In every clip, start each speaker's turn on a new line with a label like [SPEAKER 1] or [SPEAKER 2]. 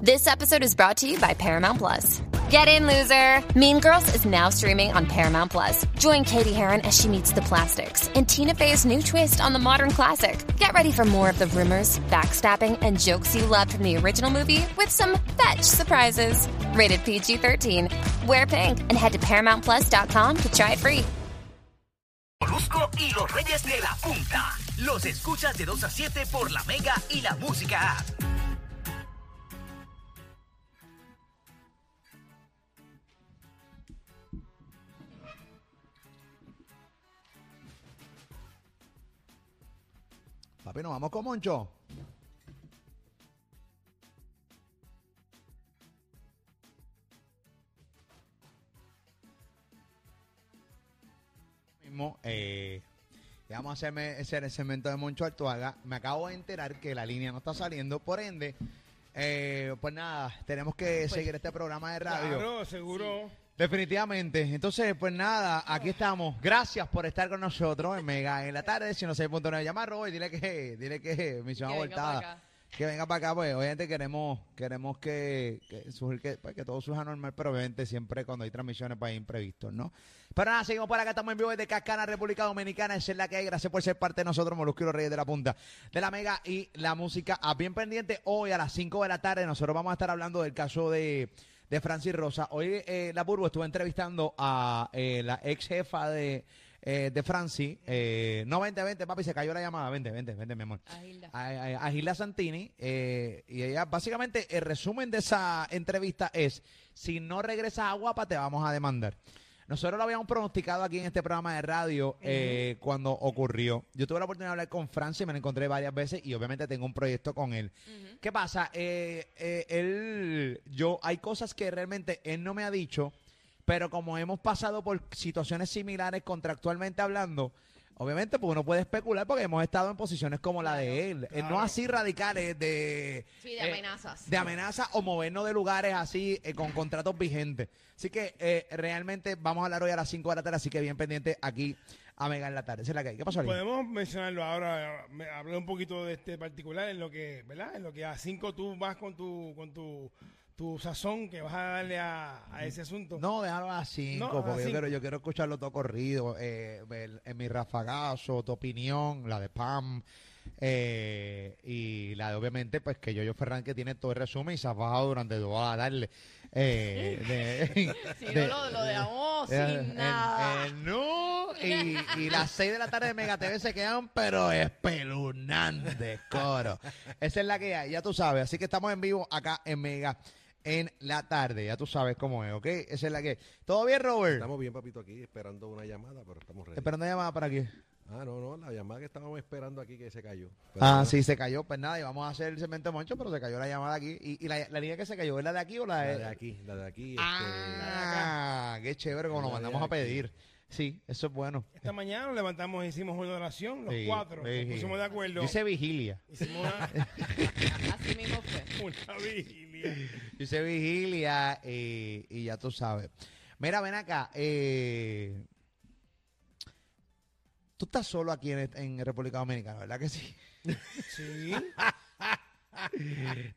[SPEAKER 1] This episode is brought to you by Paramount Plus. Get in, loser! Mean Girls is now streaming on Paramount Plus. Join Katie Heron as she meets the plastics and Tina Fey's new twist on the modern classic. Get ready for more of the rumors, backstabbing, and jokes you loved from the original movie with some fetch surprises. Rated PG 13. Wear pink and head to ParamountPlus.com to try it free.
[SPEAKER 2] Molusco y los Reyes de la Punta. Los escuchas de 2 a 7 por la Mega y la Música App.
[SPEAKER 3] Papi, nos vamos con Moncho. Mismo, eh, ya vamos a hacerme, hacer el segmento de Moncho Artuaga. Me acabo de enterar que la línea no está saliendo, por ende, eh, pues nada, tenemos que seguir este programa de radio.
[SPEAKER 4] Claro, seguro.
[SPEAKER 3] Definitivamente. Entonces, pues nada, aquí estamos. Gracias por estar con nosotros en Mega en la tarde, si no llamarlo y dile que, dile que misión
[SPEAKER 5] Que venga
[SPEAKER 3] abortada.
[SPEAKER 5] para acá.
[SPEAKER 3] Que venga para acá, pues obviamente queremos, queremos que, que, surja- que, pues, que todo surja normal, pero obviamente siempre cuando hay transmisiones pues hay imprevistos, ¿no? Pero nada, seguimos por acá, estamos en vivo desde Cascana, República Dominicana, esa es la que hay, gracias por ser parte de nosotros, Molusco y los Reyes de la Punta, de la Mega y la Música. A bien pendiente, hoy a las 5 de la tarde nosotros vamos a estar hablando del caso de, de Francis Rosa. Hoy eh, la Burbo estuvo entrevistando a eh, la ex jefa de... eh, de Francis, eh, no, vente, vente, papi, se cayó la llamada, vente, vente, vente, mi amor
[SPEAKER 5] A Hilda.
[SPEAKER 3] a, a- a Gilda Santini eh, y ella básicamente el resumen de esa entrevista es si no regresas a Guapa te vamos a demandar. Nosotros lo habíamos pronosticado aquí en este programa de radio eh, cuando ocurrió. Yo tuve la oportunidad de hablar con Francis, me lo encontré varias veces y obviamente tengo un proyecto con él. ¿Qué pasa? Eh, eh, él, yo, hay cosas que realmente él no me ha dicho, pero como hemos pasado por situaciones similares contractualmente hablando, obviamente pues uno puede especular porque hemos estado en posiciones como la de él. Eh, No así radicales de...
[SPEAKER 5] Sí, de
[SPEAKER 3] eh,
[SPEAKER 5] amenazas.
[SPEAKER 3] de amenazas o movernos de lugares así eh, con contratos vigentes. Así que eh, realmente vamos a hablar hoy a las 5 de la tarde, así que bien pendiente aquí a Mega en la tarde. Esa es la que hay. ¿Qué pasó, Alin?
[SPEAKER 4] Podemos mencionarlo ahora, me- hablar un poquito de este particular en lo que, ¿verdad? En lo que a 5 tú vas con tu con tu, tu sazón que vas a darle a, a ese asunto.
[SPEAKER 3] No, déjalo a las 5,
[SPEAKER 4] No, a las
[SPEAKER 3] porque yo
[SPEAKER 4] cinco.
[SPEAKER 3] quiero, yo quiero escucharlo todo corrido, eh, el- en mi rafagazo, tu opinión, la de Pam, eh, y la de obviamente, pues que Yoyo Ferran que tiene todo el resumen y se ha bajado durante dos horas a darle. eh, de-
[SPEAKER 5] Si
[SPEAKER 3] de-
[SPEAKER 5] no, lo, lo dejamos
[SPEAKER 3] eh,
[SPEAKER 5] sin
[SPEAKER 3] eh,
[SPEAKER 5] nada.
[SPEAKER 3] eh, no, y, y las 6 de la tarde de Mega TV se quedan, pero espeluznantes, coro. Esa es la que hay, ya tú sabes. Así que estamos en vivo acá en Mega en la tarde, ya tú sabes cómo es, ¿ok? Esa es la que hay. ¿Todo bien, Robert?
[SPEAKER 6] Estamos bien, papito, aquí esperando una llamada, pero estamos ready.
[SPEAKER 3] Esperando llamada para aquí.
[SPEAKER 6] Ah, no, no, la llamada que estábamos esperando aquí que se cayó. Pero
[SPEAKER 3] Ah,
[SPEAKER 6] no,
[SPEAKER 3] sí, se cayó. Pues nada, y vamos a hacer el cemento moncho, pero se cayó la llamada aquí. ¿Y, y la, la línea que se cayó es la de aquí o la
[SPEAKER 6] La
[SPEAKER 3] de,
[SPEAKER 6] de aquí, la de aquí. este,
[SPEAKER 3] Ah, qué chévere, como nos
[SPEAKER 6] La de
[SPEAKER 3] mandamos a
[SPEAKER 6] aquí.
[SPEAKER 3] pedir. Sí, eso es bueno.
[SPEAKER 4] Esta mañana nos levantamos e hicimos una oración, los
[SPEAKER 3] Sí,
[SPEAKER 4] cuatro,
[SPEAKER 3] sí.
[SPEAKER 4] nos pusimos de acuerdo.
[SPEAKER 3] Yo hice vigilia.
[SPEAKER 4] Hicimos una,
[SPEAKER 3] eh.
[SPEAKER 5] Así mismo fue.
[SPEAKER 4] una vigilia.
[SPEAKER 3] Yo hice vigilia eh, y ya tú sabes. Mira, ven acá. eh, tú estás solo aquí en, en República Dominicana, ¿verdad que sí?
[SPEAKER 4] Sí,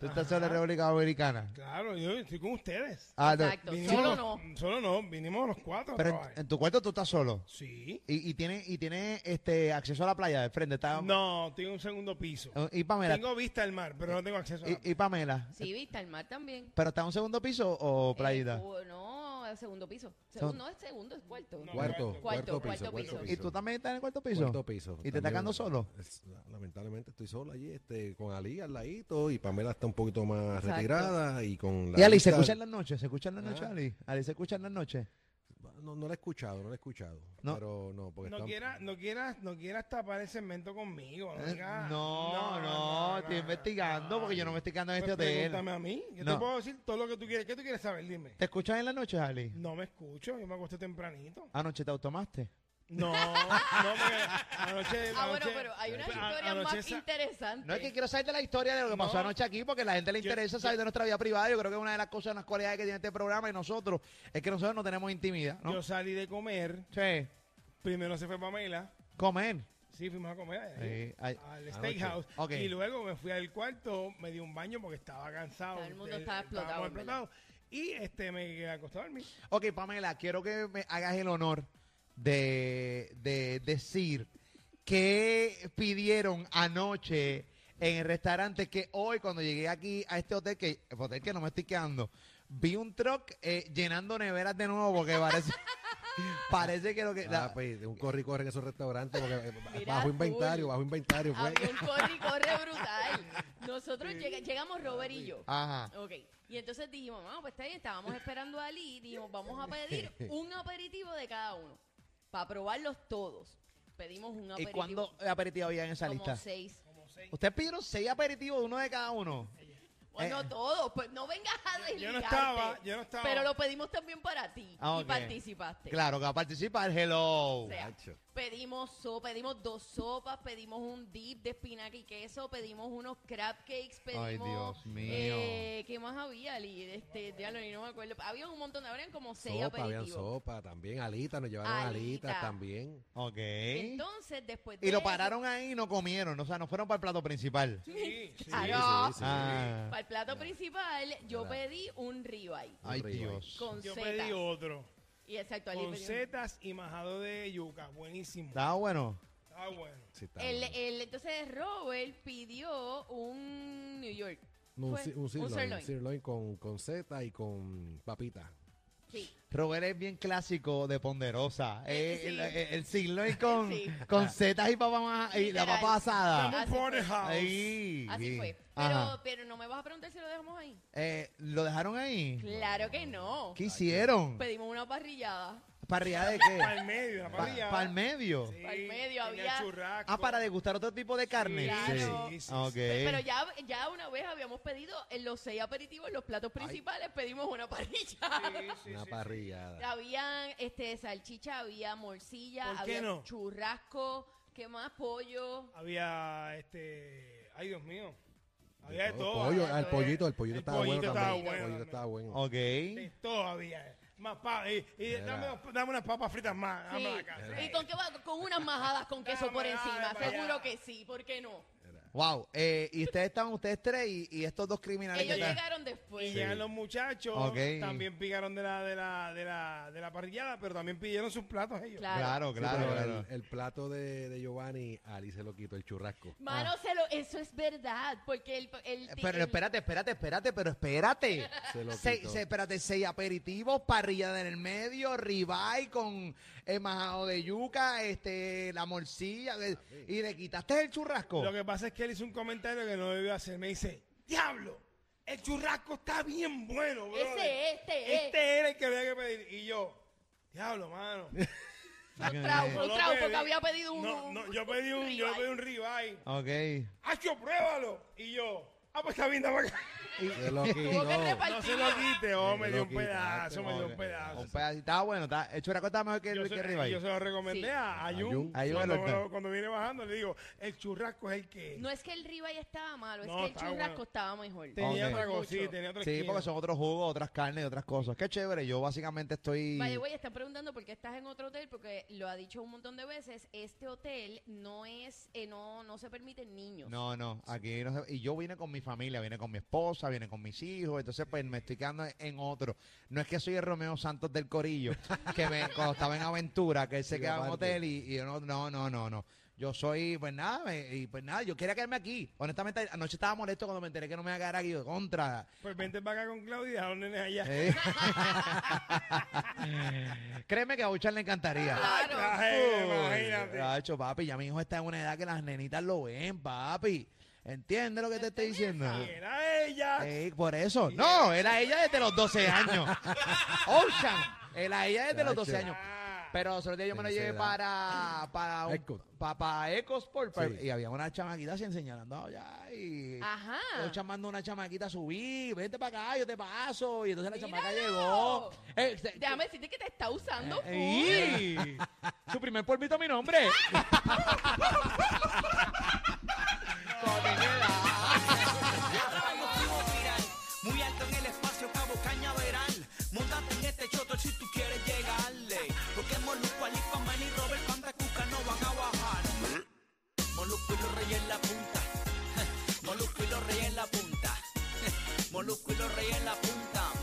[SPEAKER 3] Tú estás solo en República Dominicana.
[SPEAKER 4] claro, yo estoy con ustedes.
[SPEAKER 3] Ah, no.
[SPEAKER 5] Exacto.
[SPEAKER 4] Vinimos
[SPEAKER 5] Solo
[SPEAKER 4] los-
[SPEAKER 5] no.
[SPEAKER 4] Solo no, vinimos los cuatro. a
[SPEAKER 3] Pero
[SPEAKER 4] trabajar.
[SPEAKER 3] en, en tu cuarto tú estás solo.
[SPEAKER 4] sí.
[SPEAKER 3] Y, y tiene, y tiene este acceso a la playa de frente. Está,
[SPEAKER 4] No, tengo un segundo piso.
[SPEAKER 3] Y Pamela.
[SPEAKER 4] Tengo vista al mar, pero no tengo acceso a la-
[SPEAKER 3] Ah, Y, y Pamela.
[SPEAKER 5] Sí, viste, el mar también.
[SPEAKER 3] ¿Pero está en un segundo piso o playita?
[SPEAKER 5] Eh, o- no, es segundo piso. Segundo, no es segundo, es cuarto.
[SPEAKER 4] No,
[SPEAKER 6] Cuarto,
[SPEAKER 5] Cuarto,
[SPEAKER 6] cuarto, cuarto
[SPEAKER 5] cuarto
[SPEAKER 6] piso, cuarto
[SPEAKER 5] piso.
[SPEAKER 6] piso.
[SPEAKER 3] ¿Y tú también estás en el cuarto piso?
[SPEAKER 6] Cuarto piso.
[SPEAKER 3] ¿Y te está
[SPEAKER 6] También,
[SPEAKER 3] quedando solo?
[SPEAKER 6] es- lamentablemente estoy solo allí, este, con Ali al ladito y Pamela está un poquito más
[SPEAKER 5] Exacto.
[SPEAKER 6] retirada y con la
[SPEAKER 3] ¿Y Ali se
[SPEAKER 6] vista-
[SPEAKER 3] escucha en las noches? ¿Se escucha en las
[SPEAKER 6] Ah.
[SPEAKER 3] noches, Ali? ¿Ali se escucha en las noches?
[SPEAKER 6] No, no la he escuchado, no la he escuchado.
[SPEAKER 3] No.
[SPEAKER 6] Pero no,
[SPEAKER 3] pues,
[SPEAKER 6] porque
[SPEAKER 4] No
[SPEAKER 6] está-
[SPEAKER 4] quieras, no quieras, no quieras tapar el segmento conmigo. No,
[SPEAKER 3] Eh,
[SPEAKER 4] digas-
[SPEAKER 3] No, no, estoy investigando porque yo no me estoy quedando en este
[SPEAKER 4] Pues
[SPEAKER 3] hotel.
[SPEAKER 4] Pregúntame a mí. Yo
[SPEAKER 3] No.
[SPEAKER 4] te puedo decir todo lo que tú quieres. ¿Qué tú quieres saber? Dime.
[SPEAKER 3] ¿Te escuchas en la noche, Ali?
[SPEAKER 4] No me escucho. Yo me acosté tempranito.
[SPEAKER 3] Anoche te automaste.
[SPEAKER 4] No, no, porque anoche.
[SPEAKER 5] Ah, bueno,
[SPEAKER 4] anoche-
[SPEAKER 5] pero hay unas
[SPEAKER 4] a-
[SPEAKER 5] historias
[SPEAKER 4] anoche
[SPEAKER 5] más
[SPEAKER 4] sa-
[SPEAKER 5] interesantes.
[SPEAKER 3] No es que quiero saber de la historia de lo que
[SPEAKER 4] No.
[SPEAKER 3] pasó anoche aquí porque la gente le
[SPEAKER 4] Yo-
[SPEAKER 3] interesa saber de nuestra vida privada. Yo creo que una de las cosas, unas cualidades que tiene este programa y nosotros es que nosotros no tenemos intimidad, ¿no?
[SPEAKER 4] Yo salí de comer.
[SPEAKER 3] Sí,
[SPEAKER 4] Primero se fue Pamela.
[SPEAKER 3] comer.
[SPEAKER 4] Sí, fuimos a comer allá,
[SPEAKER 3] Sí, ay-
[SPEAKER 4] al steakhouse.
[SPEAKER 3] Ok.
[SPEAKER 4] Y luego me fui al cuarto, me di un baño porque estaba cansado.
[SPEAKER 5] Todo el mundo
[SPEAKER 4] Eh,
[SPEAKER 5] estaba
[SPEAKER 4] estábamos
[SPEAKER 5] explotado, Ah,
[SPEAKER 4] explotados. Y este, me acosté a dormir.
[SPEAKER 3] Ok, Pamela, quiero que me hagas el honor de, de decir qué pidieron anoche en el restaurante que hoy cuando llegué aquí a este hotel, que hotel que no me estoy quedando, vi un truck eh, llenando neveras de nuevo porque parece, parece que lo que... la-
[SPEAKER 6] Ah, pues, un corre y corre en esos restaurantes porque eh,
[SPEAKER 5] Mira,
[SPEAKER 6] bajo inventario,
[SPEAKER 5] full.
[SPEAKER 6] bajo inventario. fue.
[SPEAKER 5] Había un corre y corre brutal. Nosotros llega- llegamos Robert y yo.
[SPEAKER 3] ajá.
[SPEAKER 5] Ok, y entonces dijimos, vamos, pues está bien, estábamos esperando a Ali y dijimos, vamos a pedir un aperitivo de cada uno, para probarlos todos. Pedimos un
[SPEAKER 3] ¿Y
[SPEAKER 5] aperitivo.
[SPEAKER 3] cuándo aperitivo había en esa
[SPEAKER 5] Como
[SPEAKER 3] lista?
[SPEAKER 5] seis.
[SPEAKER 3] Ustedes pidieron seis aperitivos, uno de cada uno.
[SPEAKER 5] Bueno,
[SPEAKER 3] Eh.
[SPEAKER 5] todos, pues no vengas a desligarte.
[SPEAKER 4] yo no estaba, yo no estaba.
[SPEAKER 5] Pero lo pedimos también para ti
[SPEAKER 3] Ah,
[SPEAKER 5] y
[SPEAKER 3] ok.
[SPEAKER 5] participaste.
[SPEAKER 3] Claro, que va a participar, hello.
[SPEAKER 5] O sea,
[SPEAKER 6] Nacho.
[SPEAKER 5] pedimos so- pedimos dos sopas, pedimos un dip de espinaca y queso, pedimos unos crab cakes, pedimos
[SPEAKER 3] Ay, Dios mío.
[SPEAKER 5] eh, ¿qué más había? Ali? Este, diablo, ni no me acuerdo. Había un montón, habrían como seis
[SPEAKER 6] Sopa, habían
[SPEAKER 5] aperitivos.
[SPEAKER 6] sopa también, alitas, nos llevaron alitas
[SPEAKER 5] Alita.
[SPEAKER 6] también.
[SPEAKER 3] Ok.
[SPEAKER 5] Entonces, después de
[SPEAKER 3] Y lo
[SPEAKER 5] eso-
[SPEAKER 3] pararon ahí y no comieron, o sea, no fueron para el plato principal.
[SPEAKER 4] Sí, sí.
[SPEAKER 5] Claro.
[SPEAKER 6] sí, sí.
[SPEAKER 3] Ah.
[SPEAKER 5] Para el plato principal, yo
[SPEAKER 6] Era.
[SPEAKER 5] pedí un ribeye
[SPEAKER 3] Ay,
[SPEAKER 6] Un ribeye.
[SPEAKER 3] Dios.
[SPEAKER 5] con
[SPEAKER 4] Yo
[SPEAKER 5] setas.
[SPEAKER 4] pedí otro.
[SPEAKER 5] Y exacto, Ali
[SPEAKER 4] Con
[SPEAKER 5] pedí un-
[SPEAKER 4] setas y majado de yuca. Buenísimo.
[SPEAKER 3] Estaba bueno.
[SPEAKER 4] Está bueno.
[SPEAKER 6] Sí, está
[SPEAKER 5] El,
[SPEAKER 6] bueno.
[SPEAKER 5] el- entonces Robert pidió un New York.
[SPEAKER 6] No, un,
[SPEAKER 5] Fue-
[SPEAKER 6] ci- un sirloin, sirloin con, con seta y con papita.
[SPEAKER 5] Sí.
[SPEAKER 3] Robert es bien clásico de Ponderosa. Eh,
[SPEAKER 5] Sí.
[SPEAKER 3] el, el- el sirloin con,
[SPEAKER 5] Sí.
[SPEAKER 3] con setas y, papa ma- y la
[SPEAKER 5] Literal.
[SPEAKER 3] papa asada.
[SPEAKER 5] Así
[SPEAKER 4] Como
[SPEAKER 5] fue.
[SPEAKER 4] porterhouse.
[SPEAKER 3] Ahí.
[SPEAKER 5] Así
[SPEAKER 3] sí.
[SPEAKER 5] fue.
[SPEAKER 3] Ajá.
[SPEAKER 5] Pero, pero no me vas a preguntar si lo dejamos ahí.
[SPEAKER 3] Eh, ¿Lo dejaron ahí?
[SPEAKER 5] Claro que no.
[SPEAKER 3] ¿Qué hicieron?
[SPEAKER 5] Pedimos una parrillada.
[SPEAKER 3] ¿Parrilla
[SPEAKER 5] Pues,
[SPEAKER 3] de
[SPEAKER 4] Para el
[SPEAKER 3] qué?
[SPEAKER 4] medio, la parrilla.
[SPEAKER 3] ¿Para el medio?
[SPEAKER 4] Sí,
[SPEAKER 5] Pa'l medio
[SPEAKER 4] tenía
[SPEAKER 5] había-
[SPEAKER 4] churrasco.
[SPEAKER 3] Ah, para degustar otro tipo de carne.
[SPEAKER 5] Claro.
[SPEAKER 4] Sí, sí, sí.
[SPEAKER 3] Ok.
[SPEAKER 5] Pe- Pero ya, ya una vez habíamos pedido en los seis aperitivos, los platos principales, pedimos una parrillada.
[SPEAKER 4] Sí, sí,
[SPEAKER 6] una
[SPEAKER 4] sí.
[SPEAKER 6] parrillada.
[SPEAKER 5] Había este, salchicha, había morcilla,
[SPEAKER 4] ¿Por qué
[SPEAKER 5] había
[SPEAKER 4] no?
[SPEAKER 5] churrasco, ¿qué más? Pollo.
[SPEAKER 4] Había este. Ay, Dios mío.
[SPEAKER 6] De
[SPEAKER 4] Había de todo.
[SPEAKER 6] Pollo,
[SPEAKER 4] había de
[SPEAKER 6] al
[SPEAKER 4] todo.
[SPEAKER 6] pollito, el pollito
[SPEAKER 4] El
[SPEAKER 6] estaba
[SPEAKER 4] pollito
[SPEAKER 6] bueno también.
[SPEAKER 4] estaba
[SPEAKER 6] el
[SPEAKER 4] bueno Oh,
[SPEAKER 6] pollito estaba bueno.
[SPEAKER 3] Ok.
[SPEAKER 4] De todo había. Más pa y, y
[SPEAKER 6] Mira.
[SPEAKER 4] dame, dame unas papas fritas más.
[SPEAKER 5] Sí.
[SPEAKER 4] dame acá.
[SPEAKER 5] ¿Y con qué va? Con unas majadas con queso por
[SPEAKER 4] Ah, Dame, dame
[SPEAKER 5] encima.
[SPEAKER 4] para allá.
[SPEAKER 5] Seguro que sí, ¿por qué no?
[SPEAKER 3] Wow. eh, y ustedes estaban ustedes tres y, y estos dos criminales
[SPEAKER 5] Ellos
[SPEAKER 3] que están-
[SPEAKER 5] llegaron
[SPEAKER 4] Y
[SPEAKER 5] después.
[SPEAKER 4] llegan los muchachos,
[SPEAKER 3] Ok.
[SPEAKER 4] también picaron de la, de la, de la, de la parrillada, pero también pidieron sus platos ellos.
[SPEAKER 3] Claro,
[SPEAKER 5] Claro.
[SPEAKER 6] Sí,
[SPEAKER 3] claro,
[SPEAKER 6] pero
[SPEAKER 3] claro.
[SPEAKER 6] El, el plato de, de Giovanni, Ali se lo quitó el churrasco.
[SPEAKER 5] Mano,
[SPEAKER 4] Ah.
[SPEAKER 5] se lo- eso es verdad, porque el... el-
[SPEAKER 3] Eh, Pero
[SPEAKER 5] el-
[SPEAKER 3] espérate, espérate, espérate, pero espérate.
[SPEAKER 6] Se lo
[SPEAKER 3] Se-
[SPEAKER 6] quitó.
[SPEAKER 3] se- espérate, seis aperitivos, parrillada en el medio, ribeye con eh, majado de yuca, este, la morcilla, de- y le quitaste el churrasco.
[SPEAKER 4] Lo que pasa es que él hizo un comentario que no debió hacer. Me dice, diablo, el churrasco está bien bueno, bro.
[SPEAKER 5] Ese, este, eh.
[SPEAKER 4] Este era el que había que pedir. Y yo, diablo, mano.
[SPEAKER 5] Un trauco,
[SPEAKER 4] No
[SPEAKER 5] un
[SPEAKER 4] lo
[SPEAKER 5] trauco,
[SPEAKER 4] pedí.
[SPEAKER 5] que había pedido un...
[SPEAKER 4] No, no, yo pedí un, yo
[SPEAKER 5] ribeye.
[SPEAKER 4] pedí un ribeye.
[SPEAKER 3] Ok.
[SPEAKER 4] ¡Acho, pruébalo! Y yo, ah, pues está bien, dame acá.
[SPEAKER 6] Se lo
[SPEAKER 5] Tuvo que
[SPEAKER 6] quitó.
[SPEAKER 4] No se
[SPEAKER 5] repartir.
[SPEAKER 4] lo quite, oh, me
[SPEAKER 6] Lo
[SPEAKER 4] dio un
[SPEAKER 6] quitaste,
[SPEAKER 4] pedazo, me dio un
[SPEAKER 6] ok.
[SPEAKER 4] pedazo.
[SPEAKER 3] Un pedacito, estaba bueno, está- el churrasco está mejor que
[SPEAKER 4] Yo
[SPEAKER 3] el
[SPEAKER 4] se,
[SPEAKER 3] que ribeye.
[SPEAKER 4] yo se lo recomendé
[SPEAKER 5] Sí.
[SPEAKER 4] a
[SPEAKER 6] A
[SPEAKER 4] Ayun.
[SPEAKER 6] Jun.
[SPEAKER 3] A Jun
[SPEAKER 4] Cuando,
[SPEAKER 3] Alberto.
[SPEAKER 4] cuando viene bajando, le digo, el churrasco es el que.
[SPEAKER 5] No es que el ribeye estaba malo,
[SPEAKER 4] No,
[SPEAKER 5] es que el
[SPEAKER 4] estaba
[SPEAKER 5] churrasco
[SPEAKER 4] bueno.
[SPEAKER 5] estaba mejor.
[SPEAKER 4] tenía
[SPEAKER 3] Ok.
[SPEAKER 4] otra
[SPEAKER 5] Mucho.
[SPEAKER 4] cosita, tenía otra
[SPEAKER 3] Sí,
[SPEAKER 4] esquina.
[SPEAKER 3] porque son otros jugos, otras carnes y otras cosas. Qué chévere, yo básicamente estoy...
[SPEAKER 5] Vale, güey, están preguntando por qué estás en otro hotel, porque lo ha dicho un montón de veces, este hotel no es, eh, no, no se permiten niños.
[SPEAKER 3] No, no, aquí no se- Y yo vine con mi familia, vine con mi esposa, vine con mis hijos, entonces pues me estoy quedando en otro. No es que soy el Romeo Santos del Corillo, que me, cuando estaba en Aventura, que él se
[SPEAKER 6] Sí,
[SPEAKER 3] quedaba en
[SPEAKER 6] aparte.
[SPEAKER 3] hotel y, y yo no, no, no, no, no. Yo soy, pues nada, me- y pues nada, yo quería quedarme aquí. Honestamente, anoche estaba molesto cuando me enteré que no me iba a quedar aquí. Yo, contra.
[SPEAKER 4] Pues vente para acá con Claudia y deja a los nenes allá.
[SPEAKER 3] Eh. Créeme que a Buchan le encantaría.
[SPEAKER 5] Claro.
[SPEAKER 4] Ay, imagínate.
[SPEAKER 3] Gacho, papi, ya mi hijo está en una edad que las nenitas lo ven, papi. ¿Entiendes lo que te estoy diciendo?
[SPEAKER 4] Y era ella.
[SPEAKER 3] Ey, por eso. No, era ella desde los 12 años. Ocean, era ella desde los 12
[SPEAKER 6] Gacho.
[SPEAKER 3] años.
[SPEAKER 4] Ah.
[SPEAKER 3] Pero otro día yo me lo
[SPEAKER 6] Desde esa
[SPEAKER 3] llevé
[SPEAKER 6] edad.
[SPEAKER 3] para para un-
[SPEAKER 6] Epcot.
[SPEAKER 3] pa- pa Ecosport pa-
[SPEAKER 6] Sí.
[SPEAKER 3] y había una chamaquita así enseñando allá y
[SPEAKER 5] Ajá.
[SPEAKER 3] yo chamando una chamaquita a subir, vete para acá, yo te paso y entonces la chamaca
[SPEAKER 5] Míralo.
[SPEAKER 3] llegó. Eh, se-
[SPEAKER 5] Déjame decirte que te está
[SPEAKER 3] Eh,
[SPEAKER 5] usando. full.
[SPEAKER 3] ¡Ey! Su primer polvito a mi nombre.
[SPEAKER 2] Ahora nos fuimos viral, Muy alto en el espacio, cabo cañaveral. Montate en este choto si tú quieres llegarle. Porque Molusco, Alifa, Man y Robert, Panta Cuca no van a bajar. Molusco y los reyes en la punta.